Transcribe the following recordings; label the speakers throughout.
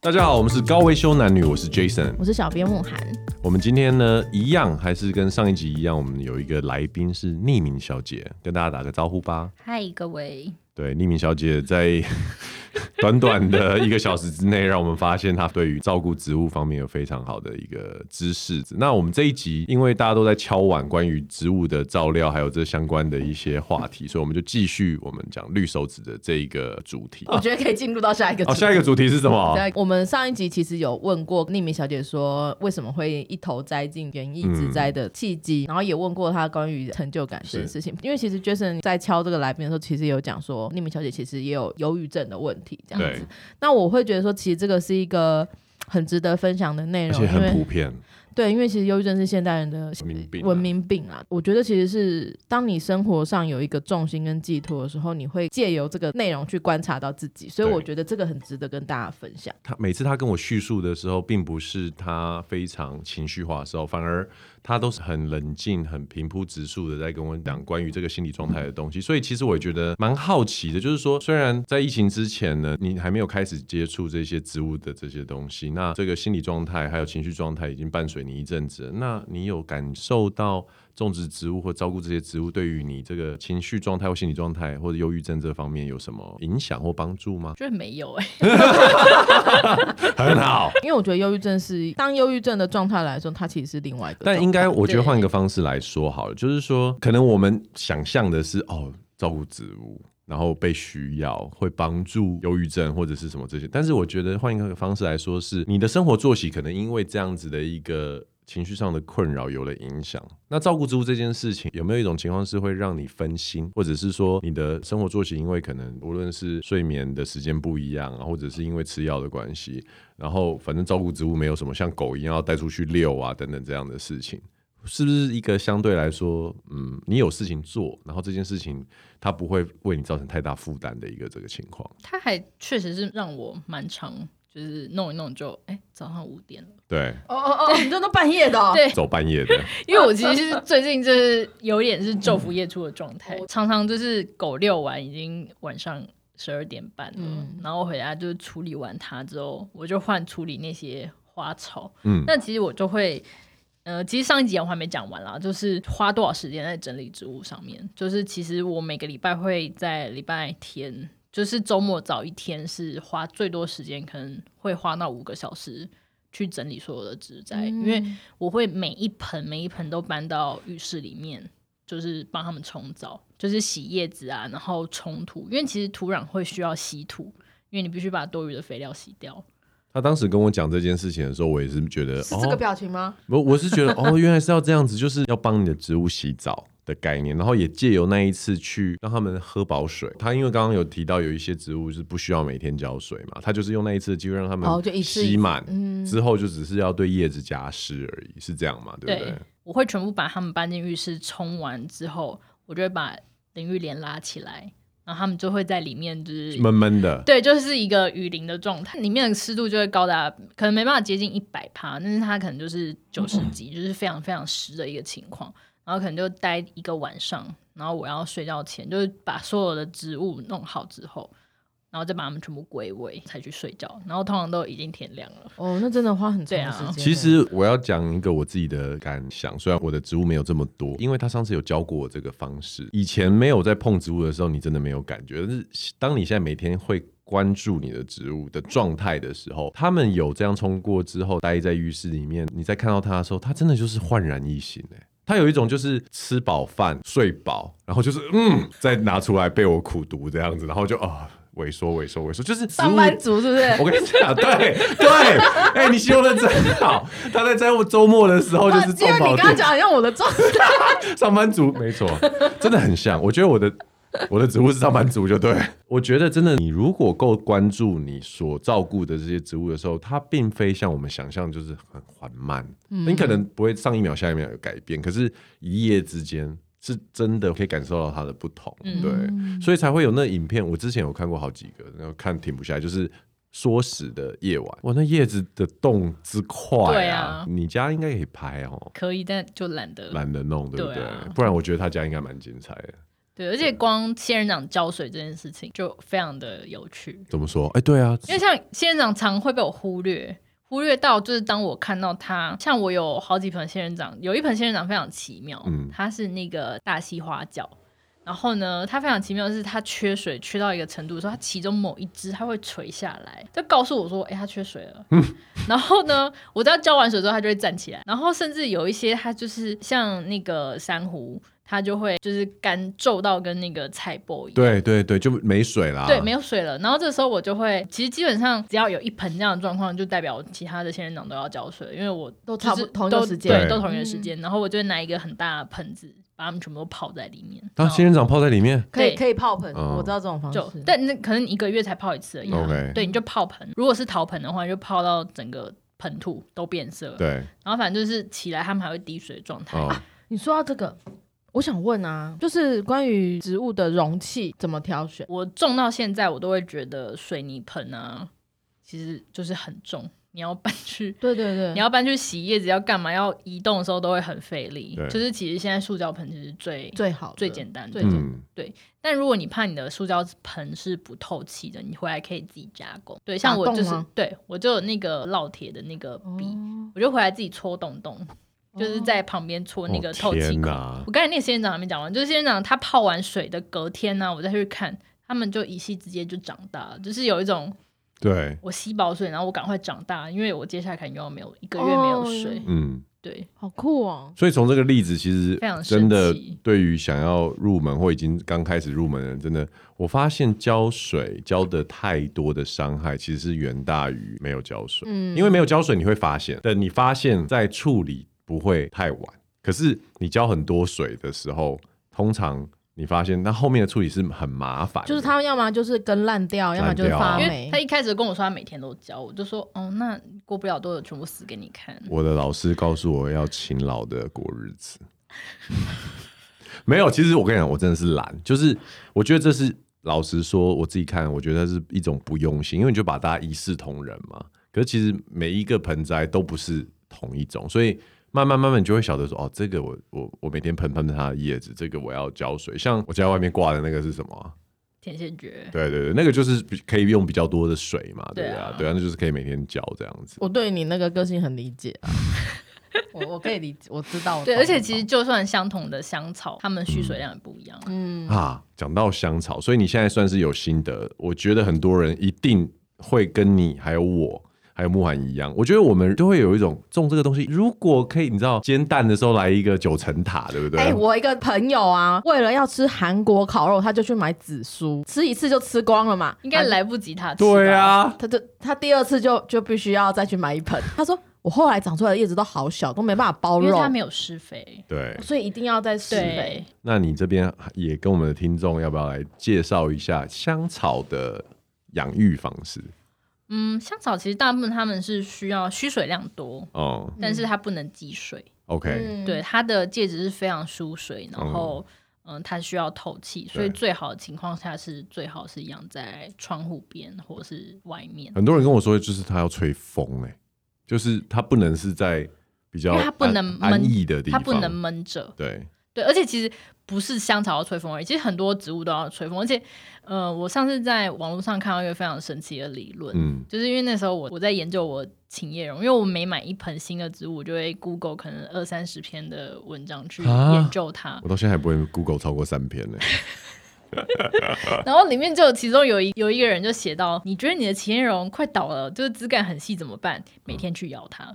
Speaker 1: 大家好，我们是高维修男女，我是 Jason。
Speaker 2: 我是小编慕涵，
Speaker 1: 我们今天呢，一样还是跟上一集一样，我们有一个来宾是匿名小姐，跟大家打个招呼吧。
Speaker 3: 嗨，各位，？
Speaker 1: 对，匿名小姐在 短短的一个小时之内，让我们发现她对于照顾植物方面有非常好的一个知识。那我们这一集，因为大家都在敲碗关于植物的照料，还有这相关的一些话题，所以我们就继续我们讲绿手指的这一个主题。
Speaker 2: 我觉得可以进入到下一个。哦
Speaker 1: 哦，下一个。主题是什么？
Speaker 2: 对，啊我们上一集其实有问过匿名小姐说为什么会一头栽进园艺植栽的契机，然后也问过她关于成就感这件事情。嗯因为其实 Jason 在敲这个来宾的时候，其实有讲说匿名小姐其实也有忧郁症的问题这样
Speaker 1: 对
Speaker 2: 子。，那我会觉得说，其实这个是一个很值得分享的内
Speaker 1: 而
Speaker 2: 容，
Speaker 1: 且
Speaker 2: 因
Speaker 1: 很普
Speaker 2: 为
Speaker 1: 遍。
Speaker 2: 对，因为其实忧郁症是现代人的
Speaker 1: 文明病啊
Speaker 2: 文明病啊。我觉得其实是当你生活上有一个重心跟寄托的时候，你会借由这个内容去观察到自己，所以
Speaker 1: 对
Speaker 2: 我觉得这个很值得跟大家分享。
Speaker 1: 他每次他跟我叙述的时候，并不是他非常情绪化的时候，反而他都是很冷静、很平铺直述的在跟我讲关于这个心理状态的东西。所以其实我也觉得蛮好奇的，就是说，虽然在疫情之前呢，你还没有开始接触这些植物的这些东西，那这个心理状态还有情绪状态已经伴随你一阵子了，那你有感受到？种植植物或照顾这些植物，对于你这个情绪状态或心理状态或者忧郁症这方面有什么影响或帮助吗
Speaker 3: 觉得没有哎、
Speaker 1: 很好，
Speaker 2: 因为我觉得忧郁症是当忧郁症的状态来说，它其实是另外一个状态。
Speaker 1: 但应该，我觉得
Speaker 3: 对
Speaker 1: 换一个方式来说好了，就是说，可能我们想象的是，哦，照顾植物，然后被需要，会帮助忧郁症或者是什么这些。但是我觉得换一个方式来说是，你的生活作息可能因为这样子的一个情绪上的困扰有了影响。那照顾植物这件事情，有没有一种情况是会让你分心，或者是说你的生活作息因为可能无论是睡眠的时间不一样啊，或者是因为吃药的关系，然后反正照顾植物没有什么像狗一样要带出去遛啊等等这样的事情，是不是一个相对来说，嗯，你有事情做，然后这件事情它不会为你造成太大负担的一个这个情况？
Speaker 3: 他还确实是让我蛮长，就是弄一弄就哎、早上五点了。
Speaker 1: 对，
Speaker 2: 哦哦哦，你这都半夜的、哦，
Speaker 3: 对
Speaker 1: 走半夜的，
Speaker 3: 因为我其实是最近就是有点是昼伏夜出的状态，常常就是狗遛完已经晚上十二点半了，
Speaker 2: 嗯
Speaker 3: 然后回家就是处理完它之后，我就换处理那些花草。
Speaker 1: 嗯，
Speaker 3: 那其实我就会，呃，其实上一集我还没讲完啦，就是花多少时间在整理植物上面。就是其实我每个礼拜会在礼拜天，就是周末早一天是花最多时间，可能会花到五个小时去整理所有的植栽，因为我会每一盆每一盆都搬到浴室里面。就是帮他们冲澡，就是洗叶子啊，然后冲土，因为其实土壤会需要吸土，因为你必须把多余的肥料吸掉。
Speaker 1: 他当时跟我讲这件事情的时候，我也是觉得，
Speaker 2: 是这个
Speaker 1: 哦，
Speaker 2: 表情吗？
Speaker 1: 我我是觉得，哦，原来是要这样子，就是要帮你的植物洗澡。的概念，然后也借由那一次去让他们喝饱水。他因为刚刚有提到有一些植物是不需要每天浇水嘛，他就是用那一次的机会让他们
Speaker 2: 哦就一次
Speaker 1: 吸满，
Speaker 2: 嗯
Speaker 1: 之后就只是要对叶子加湿而已，是这样嘛？对不对？
Speaker 3: 我会全部把他们搬进浴室，冲完之后，我就会把淋浴帘拉起来，然后他们就会在里面就是。
Speaker 1: 闷闷的，
Speaker 3: 对，就是一个雨淋的状态，里面的湿度就会高达，可能没办法接近一百帕，但是它可能就是九十几，就是非常非常湿的一个情况。然后可能就待一个晚上，然后我要睡觉前，就是把所有的植物弄好之后，然后再把它们全部归位才去睡觉。然后通常都已经天亮了。
Speaker 2: 哦，那真的花很长
Speaker 3: 对啊
Speaker 2: 时间。
Speaker 1: 其，实我要讲一个我自己的感想，虽然我的植物没有这么多，因为他上次有教过我这个方式。以前没有在碰植物的时候，你真的没有感觉，但是当你现在每天会。关注你的植物的状态的时候，他们有这样冲过之后，待在浴室里面，你再看到它的时候，它真的就是焕然一新哎、它有一种就是吃饱饭睡饱，然后就是嗯，再拿出来被我苦读这样子，然后就啊萎缩萎缩萎缩，就是植物
Speaker 2: 上班族是不是？
Speaker 1: 我跟你讲，对对，哎、你形容的真好。他在在我周末的时候就是
Speaker 2: 记
Speaker 1: 中
Speaker 2: 得
Speaker 1: 饱
Speaker 2: 你刚刚讲好像我的状态，
Speaker 1: 上班族，没错，真的很像。我觉得我的我的植物是上班族，就对。我觉得真的，你如果够关注你所照顾的这些植物的时候，它并非像我们想象就是很缓慢，你可能不会上一秒下一秒有改变，可是一夜之间。是真的可以感受到它的不同，
Speaker 3: 嗯
Speaker 1: 对，所以才会有那影片。我之前有看过好几个，然后看停不下来，就是缩时的夜晚，哇，那叶子的动之快
Speaker 3: 对
Speaker 1: 啊
Speaker 3: 啊！
Speaker 1: 你家应该可以拍哦，
Speaker 3: 可以，但就懒得
Speaker 1: 懒得弄，对不对？
Speaker 3: 对啊
Speaker 1: 不然我觉得他家应该蛮精彩的。
Speaker 3: 对，而且光仙人掌浇水这件事情就非常的有趣，
Speaker 1: 怎么说？哎、对啊，
Speaker 3: 因为像仙人掌常会被我忽略，忽略到就是当我看到它，像我有好几盆仙人掌，有一盆仙人掌非常奇妙，
Speaker 1: 嗯
Speaker 3: 它是那个大西花椒。然后呢，它非常奇妙的是，它缺水缺到一个程度的时候，它其中某一只它会垂下来，就告诉我说：“哎、它缺水了。 然后呢，我只要浇完水之后，它就会站起来。然后甚至有一些，它就是像那个珊瑚，它就会就是干皱到跟那个菜脯一样。
Speaker 1: 对对对，就没水啦。
Speaker 3: 对，没有水了。然后这时候我就会，其实基本上只要有一盆这样的状况，就代表其他的仙人掌都要浇水，因为我
Speaker 2: 都
Speaker 3: 就是
Speaker 2: 差不同一个
Speaker 3: 都
Speaker 2: 时间嗯
Speaker 3: 对，
Speaker 1: 对
Speaker 3: 都同一个时间。然后我就会拿一个很大的盆子，把它们全部都泡在里面。
Speaker 1: 然后仙人掌泡在里面，
Speaker 2: 可以
Speaker 3: 对
Speaker 2: 可以泡盆，
Speaker 1: 嗯
Speaker 2: 我知道这种方
Speaker 3: 然后
Speaker 2: 式
Speaker 3: 就，但那可能一个月才泡一次而已啊。
Speaker 1: OK
Speaker 3: 对，你就泡盆。如果是陶盆的话，你就泡到整个盆土都变色了。
Speaker 1: 对，
Speaker 3: 然后反正就是起来，它们还会滴水的状态。
Speaker 1: 哦，
Speaker 2: 你说到这个，我想问啊，就是关于植物的容器怎么挑选？
Speaker 3: 我种到现在，我都会觉得水泥盆啊，其实就是很重，你要搬去
Speaker 2: 对对对，
Speaker 3: 你要搬去洗叶子要干嘛？要移动的时候都会很费力
Speaker 1: 对。
Speaker 3: 就是其实现在塑胶盆其实最
Speaker 2: 最好的
Speaker 3: 最简单的
Speaker 2: 最。简
Speaker 1: 嗯，
Speaker 3: 但如果你怕你的塑胶盆是不透气的，你回来可以自己加工。对，像我
Speaker 2: 打洞
Speaker 3: 就是
Speaker 2: 吗
Speaker 3: 对我就有那个烙铁的那个笔，
Speaker 2: 哦
Speaker 3: 我就回来自己戳洞洞，就是在旁边戳那个
Speaker 1: 哦
Speaker 3: 透气
Speaker 1: 天
Speaker 3: 孔。
Speaker 1: 哪
Speaker 3: 我刚才那个仙人掌还没讲完，就是仙人掌它泡完水的隔天呢、我再去看，它们就一夕之间就长大了，就是有一种
Speaker 1: 对，
Speaker 3: 我吸饱水，然后我赶快长大，因为我接下来可能又要没有一个月没有
Speaker 2: 哦
Speaker 3: 水。
Speaker 1: 嗯。
Speaker 3: 对，
Speaker 2: 好酷哦！
Speaker 1: 所以从这个例子，其实
Speaker 3: 非常神
Speaker 1: 真的
Speaker 3: 奇
Speaker 1: 对于想要入门或已经刚开始入门的人，真的，我发现浇水浇的太多的伤害，其实是远大于没有浇水。
Speaker 2: 嗯
Speaker 1: 因为没有浇水，你会发现，等你发现再处理不会太晚。可是你浇很多水的时候，通常你发现那后面的处理是很麻烦的，
Speaker 2: 就是它要么就是根烂掉，
Speaker 1: 啊
Speaker 2: 要么就是发
Speaker 3: 因为
Speaker 2: 霉
Speaker 3: 他。一开始跟我说他每天都教，我就说哦，那过不了多久全部死给你看。
Speaker 1: 我的老师告诉我要勤劳的过日子。 没有，其实我跟你讲，我真的是懒，就是我觉得这是老实说，我自己看，我觉得是一种不用心，因为你就把大家一视同仁嘛。可是其实每一个盆栽都不是同一种，所以慢慢慢慢你就会晓得说，哦，这个我我我每天喷喷它的叶子，这个我要浇水。像我家外面挂的那个是什么啊、
Speaker 3: 天蝎蕨，
Speaker 1: 对对对，那个就是比可以用比较多的水嘛，对不对
Speaker 3: 对
Speaker 1: 啊
Speaker 3: 啊，
Speaker 1: 对啊，那就是可以每天浇这样子。
Speaker 2: 我对你那个个性很理解啊， 我我可以理解，我知道。我
Speaker 3: 对，
Speaker 2: 懂
Speaker 3: 而且其实就算相同的香草，它们蓄水量也不一样。
Speaker 2: 嗯，
Speaker 1: 啊，讲到香草，所以你现在算是有心得。我觉得很多人一定会跟你，还有我，还有慕寒一样。我觉得我们都会有一种种这个东西，如果可以，你知道煎蛋的时候来一个九层塔，对不对？啊
Speaker 2: 哎、我一个朋友啊，为了要吃韩国烤肉，他就去买紫苏，吃一次就吃光了嘛，
Speaker 3: 应该来不及它吃。
Speaker 1: 啊对，啊，
Speaker 2: 他就他第二次就就必须要再去买一盆。他说我后来长出来的叶子都好小，都没办法包
Speaker 3: 因为
Speaker 2: 肉，
Speaker 3: 它没有施肥。
Speaker 1: 对。
Speaker 2: 所以一定要再施肥
Speaker 3: 对。，
Speaker 1: 那你这边也跟我们的听众要不要来介绍一下香草的养育方式？
Speaker 3: 嗯，香草其实大部分它们是需要需水量多，
Speaker 1: 哦、
Speaker 3: 但是它不能积水。
Speaker 1: o k
Speaker 2: 嗯
Speaker 3: 对，，它的介质是非常疏水，然后嗯，它需要透气，所以
Speaker 1: 对
Speaker 3: 最好的情况下是最好是养在窗户边或是外面。
Speaker 1: 很多人跟我说，就是它要吹风、哎，就是它不能是在比较
Speaker 3: 因为它不
Speaker 1: 安
Speaker 3: 能
Speaker 1: 安
Speaker 3: 闷
Speaker 1: 逸的地
Speaker 3: 它
Speaker 1: 方，
Speaker 3: 不能闷着。
Speaker 1: 对，
Speaker 3: 对，而且其实不是香草要吹风而已，其实很多植物都要吹风。而且，呃，我上次在网络上看到一个非常神奇的理论，
Speaker 1: 嗯，
Speaker 3: 就是因为那时候我我在研究我琴叶榕，因为我每买一盆新的植物，我就会 Google 可能二三十篇的文章去
Speaker 1: 啊
Speaker 3: 研究它。
Speaker 1: 我到现在还不会 Google 超过三篇 呢、
Speaker 3: 然后里面就有其中有一有一个人就写到，你觉得你的琴叶榕快倒了，就是枝干很细怎么办？每天去摇它，
Speaker 2: 啊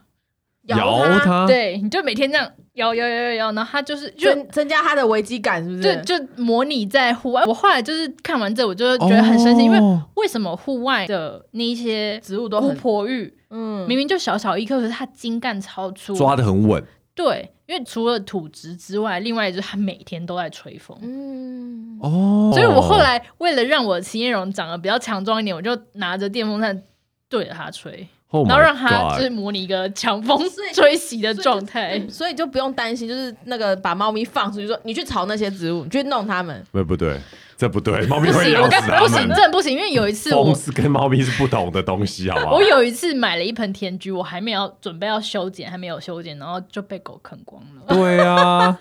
Speaker 1: 摇
Speaker 2: 它，
Speaker 1: 它，
Speaker 3: 啊对，你就每天这样摇摇摇摇摇，然后它就是就
Speaker 2: 增增加它的危机感，是不是？
Speaker 3: 对，就模拟在户外。我后来就是看完这，我就觉得很生气，因为
Speaker 1: 哦
Speaker 3: 为什么户外的那一些
Speaker 2: 植物都
Speaker 3: 姑
Speaker 2: 很
Speaker 3: 婆芋，
Speaker 2: 嗯
Speaker 3: 明明就小小一颗，可是它茎干超粗，
Speaker 1: 抓的很稳，
Speaker 3: 对，因为除了土质之外，另外就是它每天都在吹风。
Speaker 2: 嗯，
Speaker 1: 哦
Speaker 3: 所以我后来为了让我的琴叶榕长得比较强壮一点，我就拿着电风扇对着它吹，
Speaker 1: ，Oh
Speaker 3: 然后
Speaker 1: my
Speaker 3: 让它就是
Speaker 1: God
Speaker 3: 模拟一个强风
Speaker 2: 所以
Speaker 3: 吹袭的
Speaker 2: 所以就
Speaker 3: 状态。
Speaker 2: 所以就不用担心，就是那个把猫咪放出去，说你去吵那些植物，你去弄它们。
Speaker 1: 不不对，这不对，猫咪
Speaker 3: 不
Speaker 1: 会
Speaker 3: 行，
Speaker 1: 咬
Speaker 3: 我
Speaker 1: 死
Speaker 3: 该
Speaker 1: 它
Speaker 3: 不行，
Speaker 1: 们
Speaker 3: 真。的不行，因为有一次我
Speaker 1: 风是跟猫咪是不同的东西，好不好
Speaker 3: 我？有一次买了一盆甜菊， 我还没有准备要修剪，还没有修剪，然后就被狗啃光了。
Speaker 1: 对啊，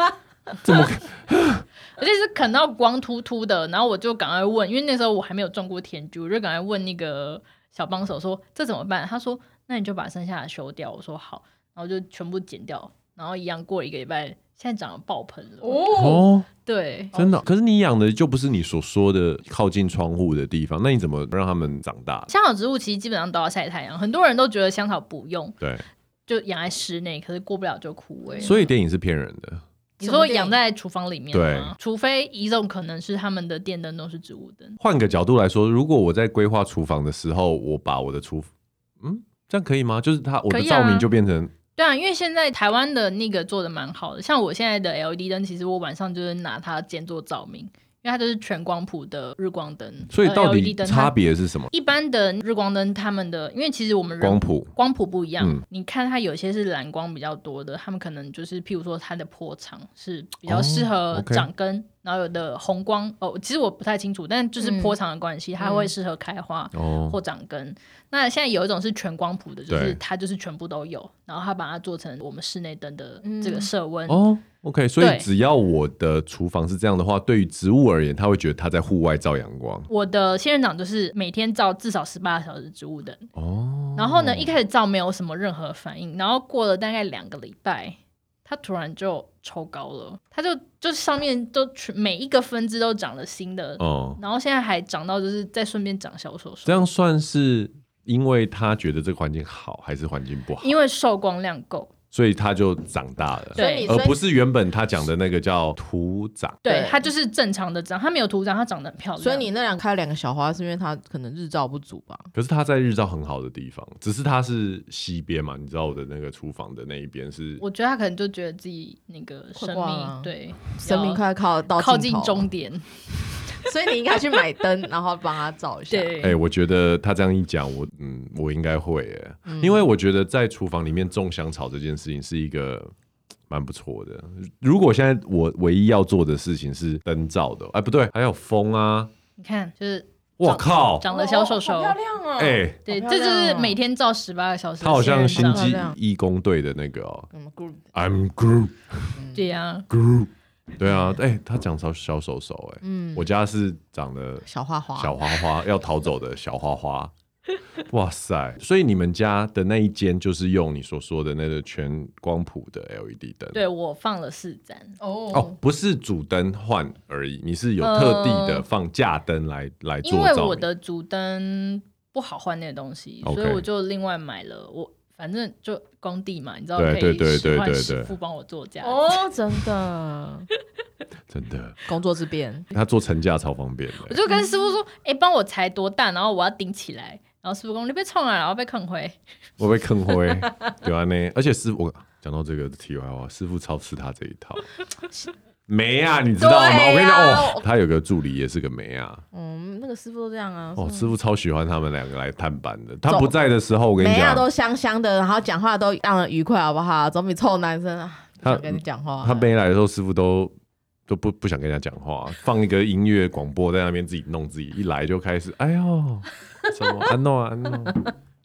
Speaker 1: 怎么
Speaker 3: 而且是啃到光秃秃的，然后我就赶快问，因为那时候我还没有种过田菊，我就赶快问那个小帮手说这怎么办？他说那你就把剩下的修掉。我说好，然后就全部剪掉，然后一样过了一个礼拜，现在长得爆盆了。
Speaker 4: 哦，
Speaker 1: 哦？
Speaker 3: 对，
Speaker 1: 真的哦、可是你养的就不是你所说的靠近窗户的地方，那你怎么让它们长大？
Speaker 3: 香草植物其实基本上都要晒太阳，很多人都觉得香草不用，
Speaker 1: 对，
Speaker 3: 就养在室内，可是过不了就枯萎了。
Speaker 1: 所以电影是骗人的。
Speaker 3: 你说养在厨房里面
Speaker 1: 对
Speaker 3: 吗？除非一种可能是他们的电灯都是植物灯，
Speaker 1: 换个角度来说，如果我在规划厨房的时候，我把我的厨，嗯，这样可以吗？就是它我
Speaker 3: 可
Speaker 1: 的
Speaker 3: 以啊
Speaker 1: 照明就变成
Speaker 3: 对啊，因为现在台湾的那个做的蛮好的，像我现在的 LED 灯，其实我晚上就是拿它兼做照明，因为它就是全光谱的日光灯。呃
Speaker 1: 所以到底
Speaker 3: LED 灯它
Speaker 1: 差别是什么？
Speaker 3: 一般的日光灯，他们的因为其实我们人
Speaker 1: 光谱
Speaker 3: 光谱不一样，
Speaker 1: 嗯
Speaker 3: 你看它有些是蓝光比较多的，他们可能就是譬如说它的波长是比较适
Speaker 1: 哦
Speaker 3: 合
Speaker 1: ，OK
Speaker 3: 长根，然后有的红光哦，其实我不太清楚，但就是
Speaker 2: 嗯
Speaker 3: 波长的关系，它会适合开花。
Speaker 1: 哦，
Speaker 3: 或长根。那现在有一种是全光谱的，就是
Speaker 1: 对
Speaker 3: 它就是全部都有，然后它把它做成我们室内灯的这个
Speaker 2: 嗯
Speaker 3: 色温。
Speaker 1: 哦，OK，所
Speaker 3: 对
Speaker 1: 以只要我的厨房是这样的话，对于植物而言，它会觉得它在户外照阳光。
Speaker 3: 我的仙人掌就是每天照至少十八小时植物灯，
Speaker 1: 哦，
Speaker 3: 然后呢，一开始照没有什么任何反应，然后过了大概两个礼拜，它突然就抽高了，它就就是上面都全每一个分支都长了新的，
Speaker 1: 哦，
Speaker 3: 然后现在还长到就是再顺便长小手手
Speaker 1: 这，样算是因为他觉得这个环境好，还是环境不好？
Speaker 3: 因为受光量够，
Speaker 1: 所以他就长大了，
Speaker 3: 对
Speaker 4: 所以你
Speaker 1: 而
Speaker 4: 所以
Speaker 1: 不是原本他讲的那个叫徒长。
Speaker 3: 对
Speaker 2: 对
Speaker 3: 它就是正常的长，它没有徒长，它长得很漂亮。
Speaker 2: 所以你那两开两个小花，是因为它可能日照不足吧？
Speaker 1: 可是他在日照很好的地方，只是他是西边嘛，你知道我的那个厨房的那一边是
Speaker 3: 我觉得他可能就觉得自己那个生
Speaker 2: 快挂
Speaker 3: 命、
Speaker 2: 了
Speaker 3: 对
Speaker 2: 生命
Speaker 3: 要
Speaker 2: 快靠到
Speaker 3: 靠近
Speaker 2: 头
Speaker 3: 终，点，
Speaker 2: 所以你应该去买灯，然后帮它照一下。
Speaker 1: 哎、我觉得他这样一讲，我嗯，我应该会耶，
Speaker 2: 嗯
Speaker 1: 因为我觉得在厨房里面种香草这件事情是一个蛮不错的。如果现在我唯一要做的事情是灯罩的，哎，不对，还有风啊，
Speaker 3: 你看就是
Speaker 1: 我
Speaker 3: 长
Speaker 1: 靠，
Speaker 3: 长得小手手，
Speaker 2: 亮哦
Speaker 1: 哎、
Speaker 3: 对，
Speaker 2: 好
Speaker 3: 这就
Speaker 2: 漂亮
Speaker 3: 是
Speaker 2: 哦
Speaker 3: 每天照十八个小时的
Speaker 1: 他好像星
Speaker 3: 线上
Speaker 2: 很
Speaker 1: 际
Speaker 2: 亮
Speaker 1: 义工队的那个、哦、
Speaker 2: 嗯，group
Speaker 1: I'm Groot
Speaker 3: 对呀、
Speaker 1: Groot，对啊，哎、他讲小小手手、哎、
Speaker 2: 嗯
Speaker 1: 我家是长得
Speaker 2: 小花花，
Speaker 1: 小花花要逃走的小花花。 哇塞！所以你们家的那一间就是用你所说的那个全光谱的 LED 灯，
Speaker 3: 对我放了四盏，
Speaker 4: 哦
Speaker 1: 哦，，不是主灯换而已，你是有特地的
Speaker 3: 呃
Speaker 1: 放架灯来、来
Speaker 3: 嗯因
Speaker 1: 做
Speaker 3: 为
Speaker 1: 照
Speaker 3: 我
Speaker 1: 明。
Speaker 3: 的主灯不好换那个东西
Speaker 1: OK
Speaker 3: 所以我就另外买了我。反正就工地嘛，你知道
Speaker 1: 对
Speaker 3: 可
Speaker 1: 对
Speaker 3: 以
Speaker 1: 对
Speaker 3: 使唤
Speaker 1: 对对
Speaker 3: 师
Speaker 1: 对
Speaker 3: 傅帮我做家。
Speaker 2: 哦，真的，
Speaker 1: 真的，
Speaker 2: 工作之便，
Speaker 1: 它做成架超方便的、
Speaker 3: 我就跟师傅说：“哎、帮我裁多大，然后我要顶起来。”然后师傅说：“你被冲啊，然后被坑回。
Speaker 1: 我被坑灰，对啊呢。而且师傅，我讲到这个题外话，师傅超吃他这一 套。梅啊，你知道吗？
Speaker 2: 对啊
Speaker 1: 我跟你讲哦
Speaker 2: 我，
Speaker 1: 他有个助理也是个梅啊。
Speaker 2: 嗯，那个师傅都这样啊，
Speaker 1: 哦，
Speaker 2: 是
Speaker 1: 师傅超喜欢他们两个来探班的。他
Speaker 2: 走
Speaker 1: 不在的时候，我跟你
Speaker 2: 每样
Speaker 1: 讲，
Speaker 2: 都香香的，然后讲话都让人愉快，好不好？总比臭男生 啊，不
Speaker 1: 他
Speaker 2: 想跟你讲话。
Speaker 1: 他没来的时候，师傅都都不不想跟人家讲话，放一个音乐广播在那边自己弄自己，一来就开始，哎呦， 什么安诺啊安诺。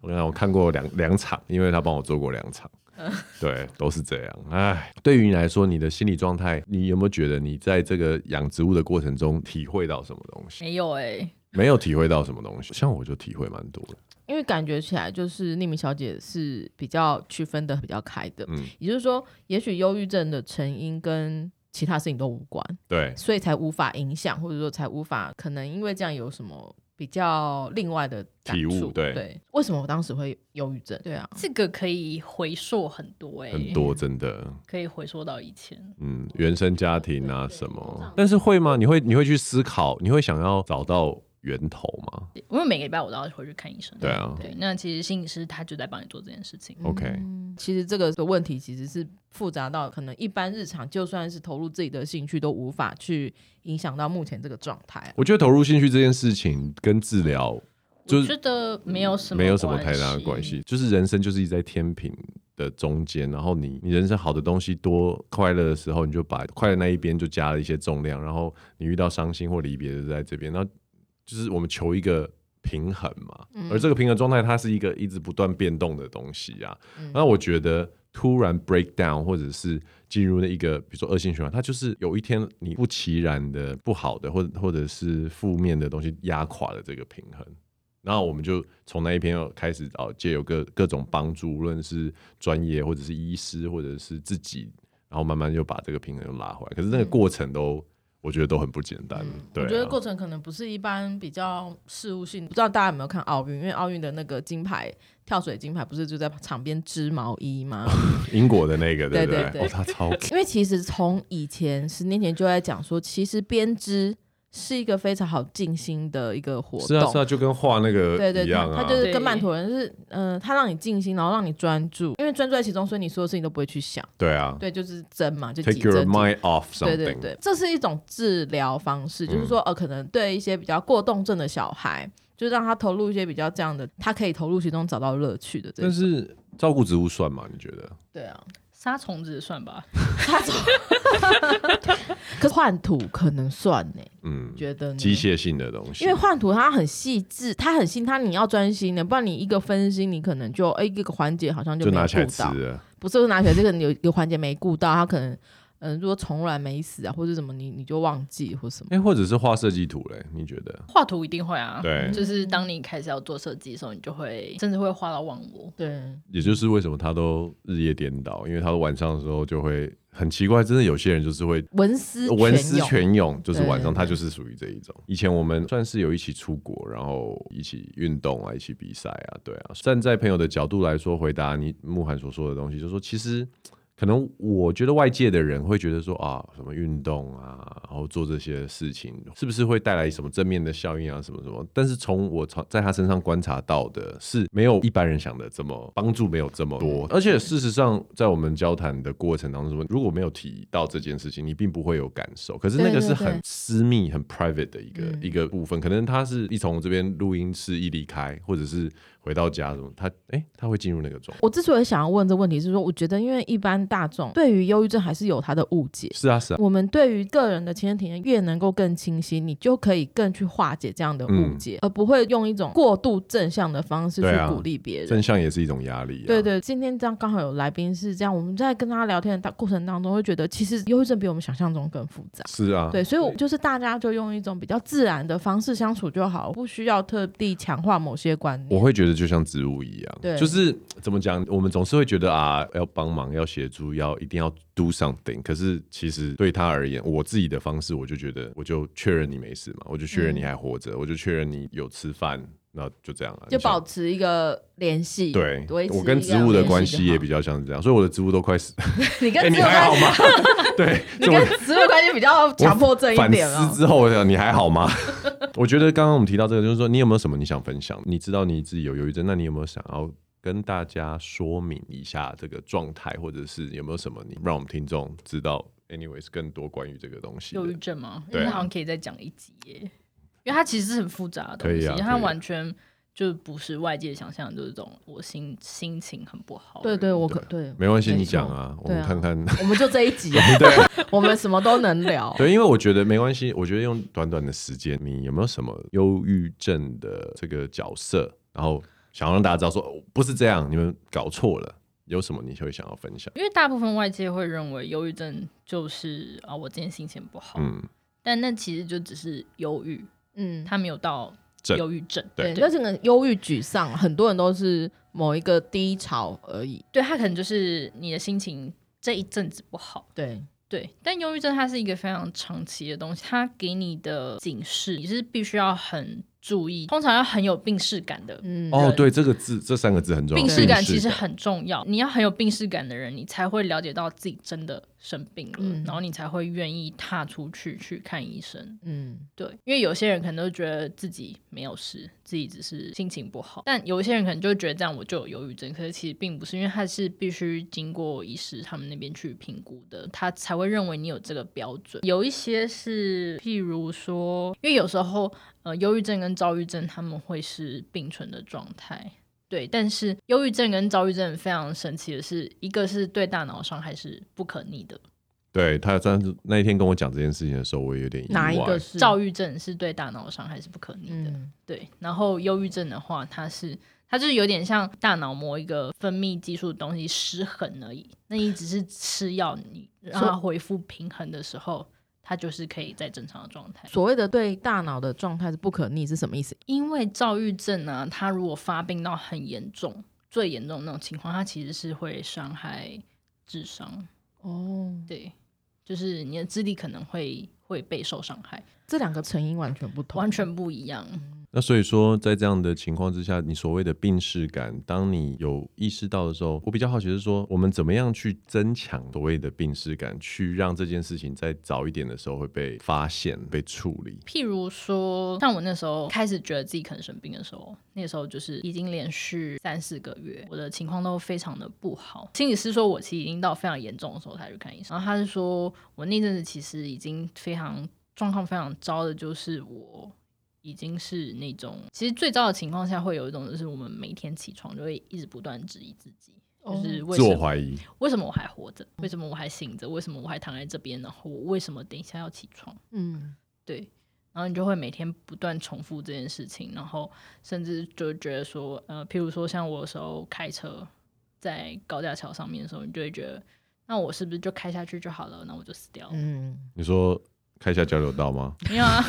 Speaker 1: 我跟你讲，我看过两两场，因为他帮我做过两场，
Speaker 2: 嗯
Speaker 1: 对，都是这样。哎，对于你来说，你的心理状态，你有没有觉得你在这个养植物的过程中体会到什么东”西？
Speaker 3: 没有哎、
Speaker 1: 没有体会到什么东西，像我就体会蛮多的。
Speaker 2: 因为感觉起来就是匿名小姐是比较区分的比较开的，
Speaker 1: 嗯，
Speaker 2: 也就是说，也许忧郁症的成因跟其他事情都无关，
Speaker 1: 对，
Speaker 2: 所以才无法影响，或者说才无法可能因为这样有什么比较另外的感
Speaker 1: 体悟
Speaker 2: 触
Speaker 1: 对
Speaker 2: 对，为什么我当时会忧郁症？对啊，
Speaker 3: 这个可以回溯很多哎、
Speaker 1: 很多真的。
Speaker 3: 可以回溯到以前。
Speaker 1: 嗯，原生家庭啊什么，但是会吗？你会你会去思考，你会想要找到源头吗？
Speaker 3: 因为每个礼拜我都要回去看医生。
Speaker 1: 对啊哦
Speaker 3: 对，那其实心理师他就在帮你做这件事情。
Speaker 1: OK
Speaker 2: 嗯其实这个的问题其实是复杂到可能一般日常就算是投入自己的兴趣都无法去影响到目前这个状态啊、
Speaker 1: 我觉得投入兴趣这件事情跟治疗就
Speaker 3: 我觉
Speaker 1: 是
Speaker 3: 得没有什么，
Speaker 1: 没有什么太大的关系，。就是人生就是一直在天平的中间，然后你你人生好的东西多快乐的时候，你就把快乐那一边就加了一些重量，然后你遇到伤心或离别就在这边，然后就是我们求一个平衡嘛，而这个平衡状态它是一个一直不断变动的东西啊。
Speaker 2: 嗯
Speaker 1: 那我觉得突然 break down，或者是进入那一个比如说恶性循环，它就是有一天你不其然的不好的，或或者是负面的东西压垮了这个平衡。然后我们就从那一篇开始哦，借由各各种帮助，无论是专业或者是医师或者是自己，然后慢慢就把这个平衡拉回来。可是那个过程都，我觉得都很不简单。对、啊，
Speaker 2: 嗯我觉得过程可能不是一般比较事务性，不知道大家有没有看奥运？因为奥运的那个金牌跳水金牌不是就在场边织毛衣吗？
Speaker 1: 英国的那个，对不
Speaker 2: 对对对
Speaker 1: 哦，他 超
Speaker 2: 因为其实从以前十年前就在讲说，其实编织是一个非常好静心的一个活动。
Speaker 1: 是啊是啊，就跟画那个
Speaker 2: 对对
Speaker 1: 一
Speaker 2: 对，
Speaker 1: 样啊，
Speaker 2: 他就是
Speaker 3: 对
Speaker 2: 跟曼陀人是，嗯，他让你静心，然后让你专注，因为专注在其中，所以你所有事情都不会去想，
Speaker 1: 对啊
Speaker 2: 对，就是针嘛，就
Speaker 1: ，take
Speaker 2: 几针
Speaker 1: your
Speaker 2: 几
Speaker 1: mind off something，嗯
Speaker 2: 对对对，这是一种治疗方式，就是说，呃，可能对一些比较过动症的小孩，就让他投入一些比较这样的，他可以投入其中找到乐趣的这
Speaker 1: 但
Speaker 2: 种。
Speaker 1: 是照顾植物算吗？你觉得？
Speaker 2: 对啊，
Speaker 3: 杀虫子算吧，
Speaker 2: 可是换土可能算呢，
Speaker 1: 嗯，
Speaker 2: 觉得呢？
Speaker 1: 机械性的东西，
Speaker 2: 因为换图它很细致，它很细，它你要专心的，不然你一个分心，你可能就哎一个环节好像
Speaker 1: 就
Speaker 2: 没有
Speaker 1: 拿起来
Speaker 2: 顾
Speaker 1: 吃
Speaker 2: 到，
Speaker 1: 了，
Speaker 2: 不是拿起来这个你有一个环节没顾到，它可能嗯、呃如果虫卵没死啊，或者什么你你就忘记或什么。
Speaker 1: 哎、或者是画设计图嘞？你觉得？
Speaker 3: 画图一定会啊。
Speaker 1: 对
Speaker 3: 就是当你开始要做设计的时候，你就会甚至会画到忘我。
Speaker 2: 对，
Speaker 1: 也就是为什么他都日夜颠倒，因为他晚上的时候就会很奇怪，真的有些人就是会
Speaker 2: 文思
Speaker 1: 文思
Speaker 2: 思
Speaker 1: 泉涌，就是晚上
Speaker 2: 对对对
Speaker 1: 他就是属于这一种。以前我们算是有一起出国，然后一起运动啊，一起比赛啊，对啊。站在朋友的角度来说，回答你慕涵所说的东西，就是说其实。可能我觉得外界的人会觉得说啊，什么运动啊，然后做这些事情，是不是会带来什么正面的效应啊，什么什么？但是从我从在他身上观察到的是，没有一般人想的这么帮助，没有这么多。而且事实上，在我们交谈的过程当中，如果没有提到这件事情，你并不会有感受。可是那个是
Speaker 2: 对对对
Speaker 1: 很私密、很 private 的一个、
Speaker 2: 嗯
Speaker 1: 一个部分。可能他是一从这边录音室一离开，或者是回到家什么，他哎、他会进入那个状态。
Speaker 2: 我之所以想要问这个问题，是说我觉得，因为一般大众对于忧郁症还是有他的误解。
Speaker 1: 是啊，是啊，
Speaker 2: 我们对于个人的亲身体验越能够更清晰，你就可以更去化解这样的误解，而不会用一种过度正向的方式
Speaker 1: 嗯对
Speaker 2: 去
Speaker 1: 啊
Speaker 2: 鼓励别人。
Speaker 1: 正向也是一种压力、啊。
Speaker 2: 对对，今天这样刚好有来宾是这样，我们在跟他聊天的大过程当中，会觉得其实忧郁症比我们想象中更复杂。
Speaker 1: 是啊，
Speaker 2: 对，所以我就是大家就用一种比较自然的方式相处就好，不需要特地强化某些观
Speaker 1: 我
Speaker 2: 念。
Speaker 1: 会觉得就像植物一样，
Speaker 2: 对
Speaker 1: 就是怎么讲，我们总是会觉得啊，要帮忙，要协助，要一定要 do something。可是其实对他而言，我自己的方式，我就觉得，我就确认你没事嘛，我就确
Speaker 2: 嗯
Speaker 1: 认你还活着，我就确认你有吃饭，那就这样了、啊。
Speaker 2: 就
Speaker 1: 你想
Speaker 2: 保持一个联系，
Speaker 1: 对
Speaker 2: 维，持
Speaker 1: 我跟
Speaker 2: 一
Speaker 1: 植
Speaker 2: 个
Speaker 1: 物的
Speaker 2: 联
Speaker 1: 关
Speaker 2: 就
Speaker 1: 系也
Speaker 2: 好
Speaker 1: 比较像是这样，所以我的植物都快死。
Speaker 2: 你
Speaker 1: 哎、
Speaker 2: 跟
Speaker 1: 你
Speaker 2: 植物
Speaker 1: 还
Speaker 2: 关
Speaker 1: 好
Speaker 2: 系，
Speaker 1: 吗？ 对，
Speaker 2: 你跟植物关系 比较强迫症一
Speaker 1: 反
Speaker 2: 点啊
Speaker 1: 思。之后，我想你还好吗？ 我觉得刚刚我们提到这个，就是说你有没有什么你想分享？你知道你自己有忧郁症，那你有没有想要跟大家说明一下这个状态，或者是有没有什么你让我们听众知道？anyways，更多关于这个东西的
Speaker 3: 忧郁症吗？因
Speaker 1: 对啊
Speaker 3: 为它好像可以再讲一集耶，因为它其实是很复杂的东
Speaker 1: 可以
Speaker 3: 西，
Speaker 1: 啊可以啊
Speaker 3: 它完全就不是外界想象的这种我心心情很不好。
Speaker 2: 对对，我可对，
Speaker 1: 没关系，
Speaker 2: 没
Speaker 1: 你讲
Speaker 2: 错
Speaker 1: 啊，我
Speaker 2: 对
Speaker 1: 们看看。 啊
Speaker 2: 我们就这一集，啊我们什么都能聊。
Speaker 1: 对，因为我觉得没关系，我觉得用短短的时间，你有没有什么忧郁症的这个角色，然后想要让大家知道说哦不是这样，你们搞错了，有什么你会想要分享？
Speaker 3: 因为大部分外界会认为忧郁症就是啊，我今天心情不好，
Speaker 1: 嗯，
Speaker 3: 但那其实就只是忧郁，
Speaker 2: 嗯，
Speaker 3: 它没有到
Speaker 1: 症
Speaker 3: 忧郁症。
Speaker 1: 对
Speaker 2: 对，那整个忧郁、沮丧，很多人都是某一个低潮而已。
Speaker 3: 对，它可能就是你的心情这一阵子不好。
Speaker 2: 对，
Speaker 3: 对，但忧郁症它是一个非常长期的东西，它给你的警示你是必须要很注意，通常要很有病视感的。
Speaker 2: 嗯，
Speaker 1: 哦，
Speaker 3: 人
Speaker 1: 对，这个字这三个字很重要。
Speaker 3: 病视
Speaker 2: 对
Speaker 3: 感其实很重要，你要很有病视感的人，你才会了解到自己真的生病了，
Speaker 2: 嗯
Speaker 3: 然后你才会愿意踏出去去看医生。
Speaker 2: 嗯，
Speaker 3: 对，因为有些人可能都觉得自己没有事，自己只是心情不好，但有一些人可能就觉得这样我就有忧郁症，可是其实并不是，因为他是必须经过医师他们那边去评估的，他才会认为你有这个标准。有一些是，譬如说，因为有时候呃，忧郁症跟躁郁症他们会是并存的状态。对，但是忧郁症跟躁郁症非常神奇的是，一个是对大脑伤害是不可逆的，
Speaker 1: 对他上次那一天跟我讲这件事情的时候，我也有点意外。
Speaker 2: 哪一个是
Speaker 3: 躁郁症是对大脑伤害是不可逆的。
Speaker 2: 嗯
Speaker 3: 对，然后忧郁症的话，它是它就是有点像大脑膜一个分泌激素的东西失衡而已。那你只是吃药，你让它恢复平衡的时候，它就是可以在正常的状态。
Speaker 2: 所谓的对大脑的状态是不可逆是什么意思？
Speaker 3: 因为躁郁症呢、它如果发病到很严重，最严重的那种情况，它其实是会伤害智商。
Speaker 2: 哦，
Speaker 3: 对，就是你的智力可能会会被受伤害，
Speaker 2: 这两个成因完全不同，
Speaker 3: 完全不一样。
Speaker 1: 那所以说，在这样的情况之下，你所谓的病视感，当你有意识到的时候，我比较好奇是说，我们怎么样去增强所谓的病视感，去让这件事情在早一点的时候会被发现、被处理。
Speaker 3: 譬如说，像我那时候开始觉得自己可能生病的时候，那时候就是已经连续三四个月，我的情况都非常的不好。心理师说我其实已经到非常严重的时候才去看医生，然后他是说我那阵子其实已经非常状况非常糟的，就是我。已经是那种，其实最糟的情况下会有一种，就是我们每天起床就会一直不断质疑自己，就是为
Speaker 1: 自
Speaker 3: 什
Speaker 1: 我
Speaker 3: 么
Speaker 1: 怀疑，
Speaker 3: 为什么我还活着？为什么我还醒着？为什么我还躺在这边？然后我为什么等一下要起床？
Speaker 2: 嗯，
Speaker 3: 对，然后你就会每天不断重复这件事情，然后甚至就觉得说，呃，譬如说像我有时候开车在高架桥上面的时候，你就会觉得，那我是不是就开下去就好了？那我就死掉了？
Speaker 2: 嗯，
Speaker 1: 你说开一下交流道吗？
Speaker 3: 没有啊，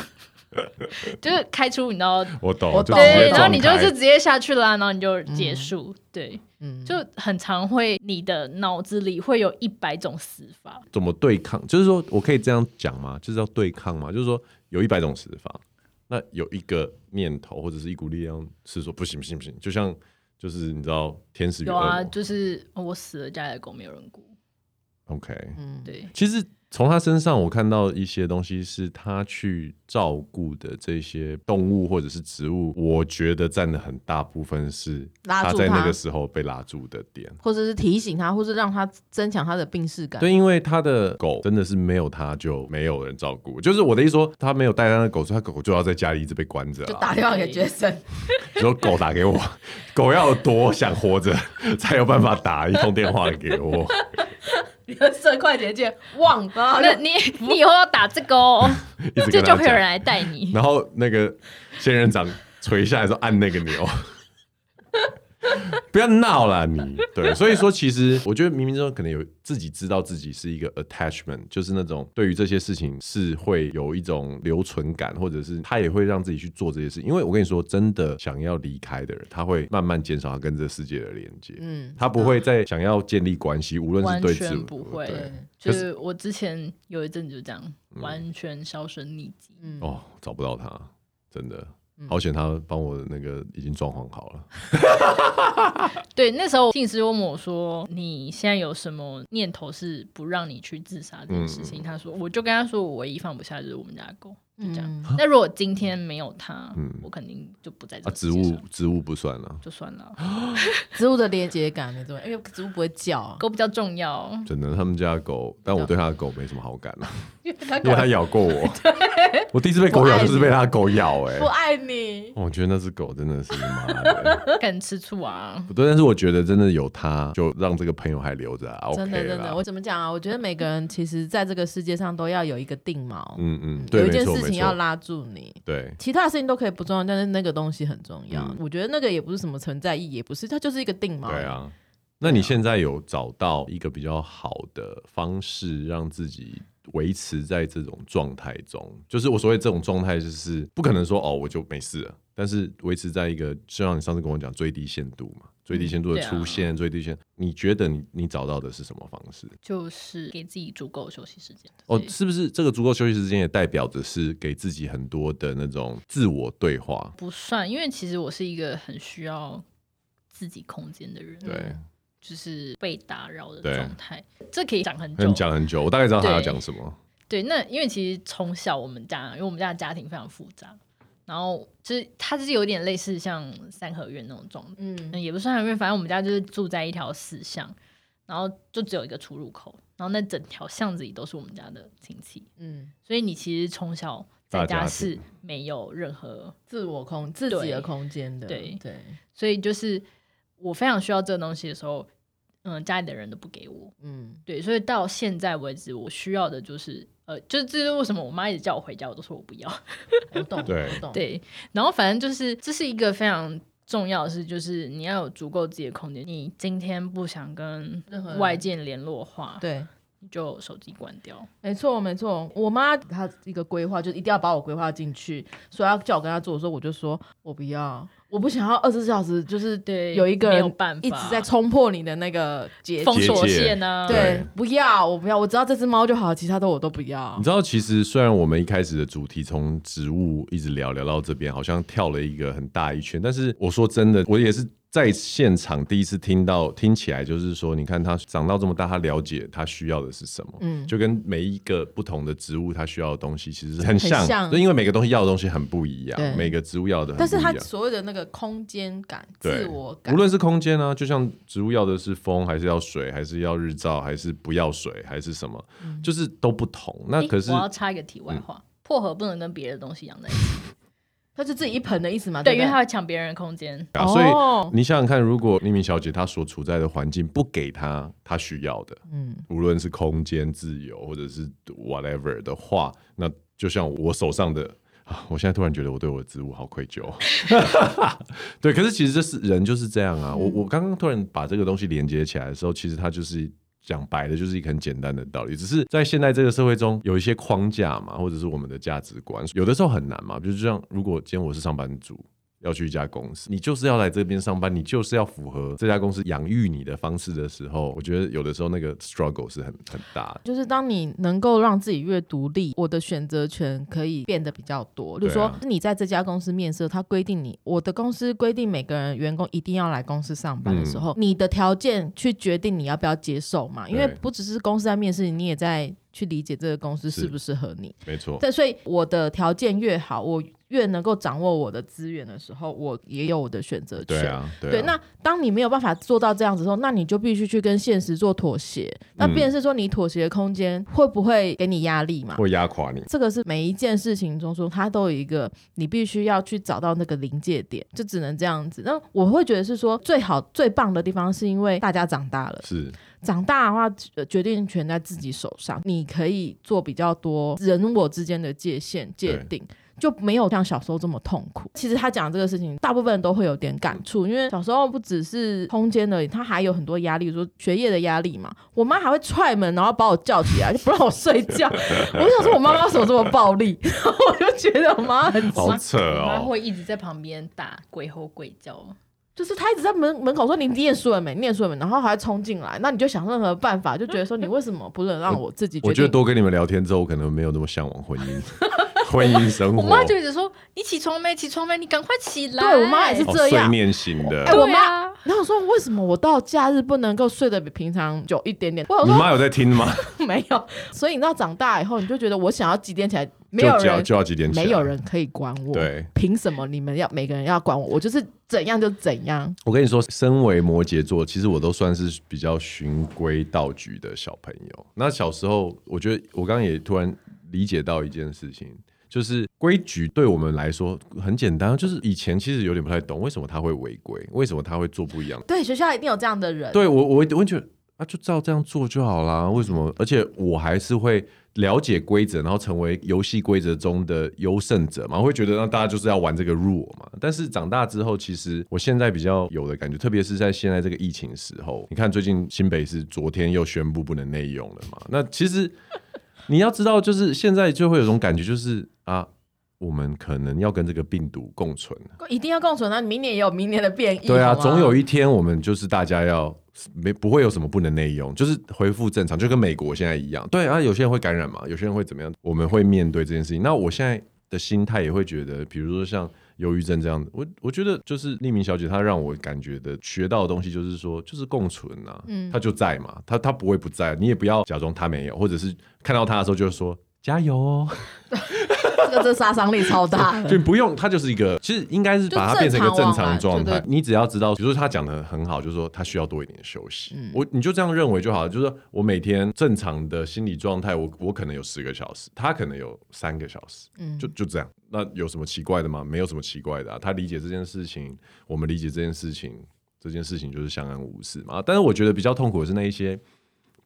Speaker 3: 就是开出你知道，
Speaker 1: 我懂，
Speaker 2: 我
Speaker 1: 就
Speaker 2: 懂
Speaker 1: 直接
Speaker 3: 对，然后
Speaker 1: 撞
Speaker 3: 你就
Speaker 1: 开
Speaker 3: 是直接下去了啊、然后你就结束，对，
Speaker 2: 嗯，
Speaker 3: 就很常会你的脑子里会有一百种死法，
Speaker 1: 怎么对抗？就是说我可以这样讲吗？就是要对抗吗？就是说有一百种死法，那有一个念头或者是一股力量是说不行不行不行，就像就是你知道天使与恶
Speaker 3: 有
Speaker 1: 魔、
Speaker 3: 啊，就是、哦我死了，家里的狗没有人顾，
Speaker 1: OK，
Speaker 2: 嗯，
Speaker 3: 对，
Speaker 1: 其实从他身上我看到一些东西，是他去照顾的这些动物或者是植物，我觉得占了很大部分是
Speaker 2: 拉
Speaker 1: 他
Speaker 2: 住
Speaker 1: 在那
Speaker 2: 他
Speaker 1: 个时候被拉住的点。
Speaker 2: 或者是提醒他，或是让他增强他的病视感。
Speaker 1: 对，因为他的狗真的是没有他就没有人照顾，就是我的意思说，他没有带他的狗，所以他狗就要在家里一直被关着、啊，
Speaker 2: 就打电话给 Jason，
Speaker 1: 只有狗打给我，狗要有多想活着，才有办法打一通电话给我。
Speaker 2: 你 的社快捷键忘了，
Speaker 3: 那你 你以后要打这个哦，
Speaker 1: 一直
Speaker 3: 这
Speaker 1: 跟
Speaker 3: 就
Speaker 1: 他
Speaker 3: 会有人
Speaker 1: 讲，
Speaker 3: 来带你。
Speaker 1: 然后那个仙人掌垂下来的时候按那个钮。不要闹啦你！对，所以说其实我觉得冥冥中可能有自己知道自己是一个 attachment，就是那种对于这些事情是会有一种留存感，或者是他也会让自己去做这些事。因为我跟你说，真的想要离开的人，他会慢慢减少他跟这世界的连接。
Speaker 2: 嗯，
Speaker 1: 他不会再想要建立关系，无论是
Speaker 3: 完
Speaker 1: 对自
Speaker 3: 全不会
Speaker 1: 对
Speaker 3: 就
Speaker 1: 可嗯
Speaker 3: 是我之前有一阵子就这样，完全销声匿迹。
Speaker 2: 嗯，
Speaker 1: 哦，找不到他，真的。
Speaker 3: 嗯
Speaker 1: 好险，他帮我那个已经装潢好了。
Speaker 3: 对，那时候心理师问我说：“你现在有什么念头是不让你去自杀这件事
Speaker 1: 嗯
Speaker 3: 情？”他说：“我就跟他说，我唯一放不下就是我们家的狗，就这样。
Speaker 2: 嗯
Speaker 3: 那如果今天没有它，
Speaker 1: 啊嗯
Speaker 3: 我肯定就不在这
Speaker 1: 啊，
Speaker 3: 个
Speaker 1: 植
Speaker 3: 世界
Speaker 1: 物
Speaker 3: 上
Speaker 1: 植物不算了，
Speaker 3: 就算了，
Speaker 2: 植物的连接感没错，因为植物不会叫啊，
Speaker 3: 狗比较重要。
Speaker 1: 真的。他们家的狗，但我对他的狗没什么好感了，
Speaker 2: 因为它
Speaker 1: 因为它咬 过我。我第一次被狗咬就是被他的狗咬，哎
Speaker 2: 不，爱你，
Speaker 1: 我觉得那只狗真的是妈的，
Speaker 3: 敢吃醋啊？
Speaker 1: 不对。但是我觉得真的有它，就让这个朋友还留着啊，OK
Speaker 2: 真的真的，
Speaker 1: 啦
Speaker 2: 我怎么讲啊？我觉得每个人其实在这个世界上都要有一个定锚，
Speaker 1: 嗯嗯，对，
Speaker 2: 有一件
Speaker 1: 没错
Speaker 2: 事
Speaker 1: 没
Speaker 2: 情要
Speaker 1: 错，
Speaker 2: 拉住你。
Speaker 1: 对，
Speaker 2: 其他的事情都可以不重要，但是那个东西很重要。
Speaker 1: 嗯
Speaker 2: 我觉得那个也不是什么存在意义，也不是，它就是一个定锚。
Speaker 1: 对，啊，那你现在有找到一个比较好的方式，让自己维持在这种状态中？就是我所谓这种状态，就是不可能说哦我就没事了，但是维持在一个就像你上次跟我讲最低限度嘛，最低限度的
Speaker 3: 对啊
Speaker 1: 出现，最低限，你觉得你你找到的是什么方式？
Speaker 3: 就是给自己足够的休息时间。
Speaker 1: 哦，
Speaker 3: 对
Speaker 1: 是不是这个足够休息时间也代表着是给自己很多的那种自我对话？
Speaker 3: 不算，因为其实我是一个很需要自己空间的人，
Speaker 1: 对，
Speaker 3: 就是被打扰的
Speaker 1: 对
Speaker 3: 状态，这可以讲很久。
Speaker 1: 很讲很久，我大概知道他要
Speaker 3: 对
Speaker 1: 讲什么。
Speaker 3: 对，那因为其实从小我们家，因为我们家的家庭非常复杂，然后就是它就是有点类似像三合院那种状态，
Speaker 2: 嗯
Speaker 3: 嗯，也不是三合院，反正我们家就是住在一条死巷，然后就只有一个出入口，然后那整条巷子里都是我们家的亲戚，
Speaker 2: 嗯，
Speaker 3: 所以你其实从小
Speaker 1: 大
Speaker 3: 在
Speaker 1: 家
Speaker 3: 家
Speaker 1: 庭
Speaker 3: 是没有任何
Speaker 2: 自我空自己的空间的，
Speaker 3: 对
Speaker 2: 对，
Speaker 3: 所以就是我非常需要这个东西的时候，嗯，家里的人都不给我。
Speaker 2: 嗯
Speaker 3: 对，所以到现在为止，我需要的就是，呃，就是这是为什么我妈一直叫我回家，我都说我不要。
Speaker 2: 我懂，
Speaker 1: 对
Speaker 2: 我懂，，
Speaker 3: 对，然后反正就是这是一个非常重要的是，就是你要有足够自己的空间。你今天不想跟
Speaker 2: 任何人
Speaker 3: 外界联络的话，
Speaker 2: 对，
Speaker 3: 你就手机关掉。
Speaker 2: 没错，没错。我妈她一个规划，就是一定要把我规划进去，所以要叫我跟她做的时候，我就说我不要，我不想要二十四小时，就是
Speaker 3: 对
Speaker 2: 有一个
Speaker 3: 没
Speaker 2: 人
Speaker 3: 有办法
Speaker 2: 一直在冲破你的那个结
Speaker 3: 封
Speaker 1: 结
Speaker 3: 锁
Speaker 1: 界
Speaker 3: 线呢、啊？
Speaker 2: 对
Speaker 1: 对，
Speaker 2: 不要，我不要，我只要这只猫就好，其他的我都不要
Speaker 1: 你。知道，其实虽然我们一开始的主题从植物一直聊聊到这边，好像跳了一个很大一圈，但是我说真的，我也是在现场第一次听到，听起来就是说，你看它长到这么大，它了解它需要的是什么，嗯，就跟每一个不同的植物它需要的东西其实是很像，
Speaker 2: 像
Speaker 1: 就因为每个东西要的东西很不一
Speaker 2: 对
Speaker 1: 样，每个植物要的很不
Speaker 2: 但
Speaker 1: 一
Speaker 2: 是
Speaker 1: 样。
Speaker 2: 它所谓的那个空间感、
Speaker 1: 对
Speaker 2: 自我感
Speaker 1: 无，论是空间啊呢、就像植物要的是风，还是要水，还是要日照，还是不要水，还是什么，就是都不同。那
Speaker 3: 诶
Speaker 1: 可是嗯
Speaker 3: 我要插一个题外话，薄荷不能跟别的东西养 在一起，
Speaker 2: 它是自己一盆的意思嘛？
Speaker 3: 对，
Speaker 2: 不
Speaker 3: 因为它会抢别人的空间。
Speaker 1: 啊，
Speaker 2: 哦
Speaker 1: 所以你想想看，如果匿名小姐她所处在的环境不给她她需要的，
Speaker 2: 嗯，
Speaker 1: 无论是空间自由或者是 whatever 的话，那就像我手上的。啊！我现在突然觉得我对我的植物好愧疚， 对。可是其实这是人就是这样啊。
Speaker 2: 嗯
Speaker 1: 我我刚刚突然把这个东西连接起来的时候，其实它就是讲白了，就是一个很简单的道理。只是在现在这个社会中，有一些框架嘛，或者是我们的价值观，有的时候很难嘛。就是像如果今天我是上班族，要去一家公司，你就是要来这边上班，你就是要符合这家公司养育你的方式的时候，我觉得有的时候那个 struggle 是很很大的。
Speaker 2: 就是当你能够让自己越独立，我的选择权可以变得比较多。就是说
Speaker 1: 对啊，
Speaker 2: 你在这家公司面试，它规定你，我的公司规定每个人员工一定要来公司上班的时
Speaker 1: 嗯
Speaker 2: 候，你的条件去决定你要不要接受嘛。因为
Speaker 1: 对
Speaker 2: 不只是公司在面试你，你也在去理解这个公司
Speaker 1: 是哦
Speaker 2: 适不适合你。
Speaker 1: 没错，
Speaker 2: 对，所以我的条件越好，我越能够掌握我的资源的时候，我也有我的选择权。
Speaker 1: 对啊，对啊。
Speaker 2: 对，那当你没有办法做到这样子的时候，那你就必须去跟现实做妥协。
Speaker 1: 嗯
Speaker 2: 那变成是说，你妥协的空间会不会给你压力嘛？
Speaker 1: 会压垮你。
Speaker 2: 这个是每一件事情中说，它都有一个你必须要去找到那个临界点，就只能这样子。那我会觉得是说，最好最棒的地方是因为大家长大了，
Speaker 1: 是，
Speaker 2: 长大的话，呃决定权在自己手上，你可以做比较多人我之间的界限界定。就没有像小时候这么痛苦。其实他讲这个事情，大部分人都会有点感
Speaker 1: 嗯
Speaker 2: 触，因为小时候不只是空间而已，他还有很多压力，比如说学业的压力嘛。我妈还会踹门，然后把我叫起来，就不让我睡 觉。我就想说，我妈妈怎么这么暴力？然后我就觉得我妈很
Speaker 1: 好扯哦
Speaker 3: 我妈会一直在旁边打鬼吼鬼叫。
Speaker 2: 就是他一直在门门口说你念书了没？念书了没？然后还冲进来，那你就想任何办法，就觉得说你为什么不能让我自己
Speaker 1: 我
Speaker 2: 决
Speaker 1: 觉得
Speaker 2: 定？
Speaker 1: 多跟你们聊天之后，我可能没有那么向往婚 姻，婚姻生
Speaker 3: 我
Speaker 1: 活。
Speaker 3: 妈就一直说：“你起床没？起床没？你赶快起来！”
Speaker 2: 对我妈也是
Speaker 1: 哦
Speaker 2: 这样
Speaker 1: 碎念型的。
Speaker 2: 哎、我
Speaker 3: 对
Speaker 2: 妈，
Speaker 3: 啊
Speaker 2: 然后我说为什么我到假日不能够睡得比平常久一点点？我有
Speaker 1: 你
Speaker 2: 说
Speaker 1: 妈有在听吗？
Speaker 2: 没有，所以你知道长大以后，你就觉得我想要几点起来，没
Speaker 1: 就
Speaker 2: 有
Speaker 1: 就要
Speaker 2: 人
Speaker 1: 就要几点起来？
Speaker 2: 没有人可以管我，
Speaker 1: 对，
Speaker 2: 凭什么你们要每个人要管我？我就是怎样就怎样，
Speaker 1: 我跟你说，身为摩羯座，其实我都算是比较循规蹈矩的小朋友。那小时候，我觉得我刚刚也突然理解到一件事情，就是规矩对我们来说很简单，就是以前其实有点不太懂为什么他会违规，为什么他会做不一样的
Speaker 2: 对，学校一定有这样的人，
Speaker 1: 对我，我我会觉得啊，就照这样做就好啦。为什么？而且我还是会了解规则，然后成为游戏规则中的优胜者嘛，会觉得让大家就是要玩这个 rule 嘛。但是长大之后，其实我现在比较有的感觉，特别是在现在这个疫情时候，你看最近新北市昨天又宣布不能内用了嘛，那其实。你要知道，就是现在就会有种感觉，就是啊，我们可能要跟这个病毒共存，
Speaker 2: 一定要共存啊！明年也有明年的变异，
Speaker 1: 对啊，
Speaker 2: 好吗
Speaker 1: 总有一天我们就是大家要没不会有什么不能内用，就是恢复正常，就跟美国现在一样。对啊，有些人会感染嘛，有些人会怎么样，我们会面对这件事情。那我现在的心态也会觉得，比如说像忧郁症这样的，我我觉得就是匿名小姐她让我感觉的学到的东西就是说，就是共存啊，嗯，她就在嘛，她她不会不在，你也不要假装她没有，或者是看到她的时候就说加油哦，
Speaker 2: 这个这杀伤力超 大的
Speaker 1: 就不用，它就是一个，其实应该是把它变成一个正常状
Speaker 2: 就正常往来
Speaker 1: 态
Speaker 2: 对。
Speaker 1: 你只要知道，比如说他讲的很好，就是说他需要多一点休息，
Speaker 2: 嗯
Speaker 1: 我你就这样认为就好了。就是说我每天正常的心理状态，我我可能有十个小时，他可能有三个小时，
Speaker 2: 嗯
Speaker 1: 就就这样。那有什么奇怪的吗？没有什么奇怪的啊。他理解这件事情，我们理解这件事情，这件事情就是相安无事嘛。但是我觉得比较痛苦的是那一些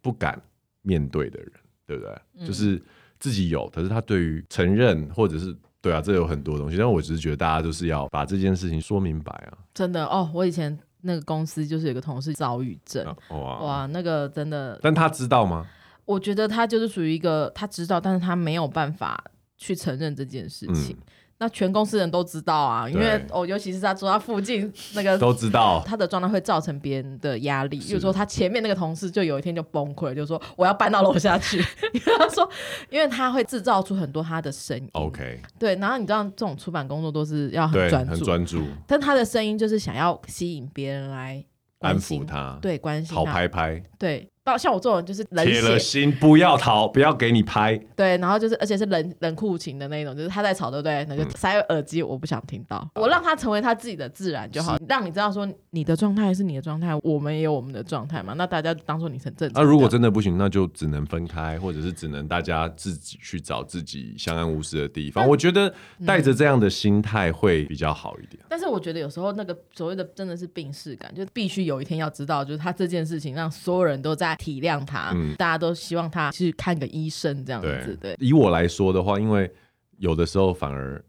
Speaker 1: 不敢
Speaker 2: 嗯
Speaker 1: 面对的人，对不对？就是自己有，可是他对于承认或者是对啊，这有很多东西，但我只是觉得大家就是要把这件事情说明白啊。
Speaker 2: 真的哦，我以前那个公司就是有个同事躁郁症，
Speaker 1: 啊哇，
Speaker 2: 哇，那个真的，
Speaker 1: 但他知道吗？
Speaker 2: 我觉得他就是属于一个他知道，但是他没有办法去承认这件
Speaker 1: 嗯
Speaker 2: 事情。那全公司人都知道啊，因为
Speaker 1: 对
Speaker 2: 哦，尤其是他坐他附 近那个
Speaker 1: 都知 道，
Speaker 2: 他的状态会造成别人的压力，比如说他前面那个同事就有一天就崩溃了，就说我要搬到楼下去， 因为他说，因为他会制造出很多他的声音。
Speaker 1: OK，
Speaker 2: 对，然后你知道这种出版工作都是要很
Speaker 1: 对，
Speaker 2: 专
Speaker 1: 很
Speaker 2: 注，
Speaker 1: 专注，
Speaker 2: 但他的声音就是想要吸引别人来
Speaker 1: 安
Speaker 2: 关
Speaker 1: 抚
Speaker 2: 心，
Speaker 1: 他，，
Speaker 2: 对，关心
Speaker 1: 好
Speaker 2: 他，
Speaker 1: 拍拍，
Speaker 2: 对，到像我这种人就是冷
Speaker 1: 铁了
Speaker 2: 血，
Speaker 1: 心不要逃，不要给你拍，
Speaker 2: 对，然后就是而且是冷冷酷无情的那一种，就是他在吵，对不对？那
Speaker 1: 嗯
Speaker 2: 就塞耳机，我不想听到，
Speaker 1: 哦
Speaker 2: 我让他成为他自己的自然就好，让你知道说你的状态是你的状态，我们也有我们的状态嘛，那大家当做你很正
Speaker 1: 那、
Speaker 2: 常。
Speaker 1: 啊如果真的不行，那就只能分开，或者是只能大家自己去找自己相安无事的地
Speaker 2: 嗯
Speaker 1: 方。我觉得带着这样的心态会比较好一点。
Speaker 2: 但是我觉得有时候那个所谓的真的是病逝感，就必须有一天要知道，就是他这件事情让所有人都在体谅他，
Speaker 1: 嗯
Speaker 2: 大家都希望他去看个医生这样子，对。
Speaker 1: 以我来说的话，因为有的时候反而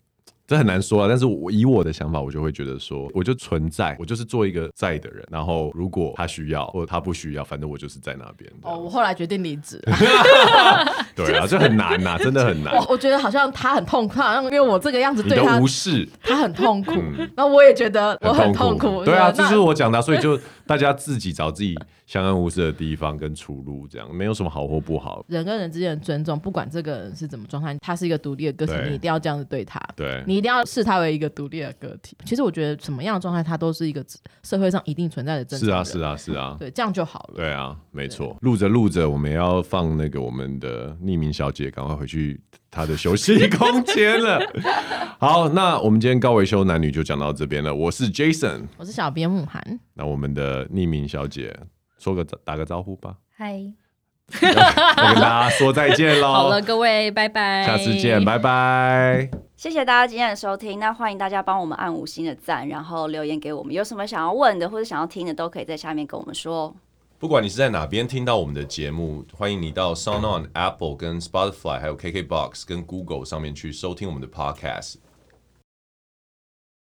Speaker 1: 这很难说啊，但是我以我的想法，我就会觉得说，我就存在，我就是做一个在的人。然后如果他需要或者他不需要，反正我就是在那边。
Speaker 2: 哦，我后来决定离职。
Speaker 1: 对啊，这很难呐、真的很难。
Speaker 2: 我我觉得好像他很痛苦，好像因为我这个样子
Speaker 1: 你
Speaker 2: 对
Speaker 1: 的
Speaker 2: 他
Speaker 1: 无，视。
Speaker 2: 他很痛苦。
Speaker 1: 嗯
Speaker 2: 然后我也觉得我很痛苦。
Speaker 1: 对啊，
Speaker 2: 那
Speaker 1: 这是我讲的啊、所以就 大家自己找自己相安无事的地方跟出路，这样没有什么好或不好。
Speaker 2: 人跟人之间的尊重，不管这个人是怎么状态，他是一个独立的个体，
Speaker 1: 对
Speaker 2: 你一定要这样子对他。
Speaker 1: 对，
Speaker 2: 你一定要视他为一个独立的个体。其实我觉得什么样的状态，他都是一个社会上一定存在的正
Speaker 1: 是
Speaker 2: 常
Speaker 1: 啊，
Speaker 2: 人。
Speaker 1: 是啊，是啊，
Speaker 2: 对，这样就好了。
Speaker 1: 对啊，没错。录着录着，我们也要放那个我们的匿名小姐，赶快回去她的休息空间了。 好，那我们今天高维修男女就讲到这边了。我是 Jason，
Speaker 2: 我是小编慕涵，
Speaker 1: 那我们的匿名小姐说个打个招呼吧，
Speaker 3: 嗨，
Speaker 1: 要跟大家说再见 喽。
Speaker 3: 好了，各位，拜拜，
Speaker 1: 下次见，拜拜。
Speaker 4: 谢谢大家今天的收听，那欢迎大家帮我们按五星的赞，然后留言给我们，有什么想要问的或者想要听的，都可以在下面跟我们说哦。
Speaker 1: 不管你是在哪边听到我们的节目，欢迎你到 SoundOn、Apple、跟 Spotify、还有 KKBox、跟 Google 上面去收听我们的 Podcast。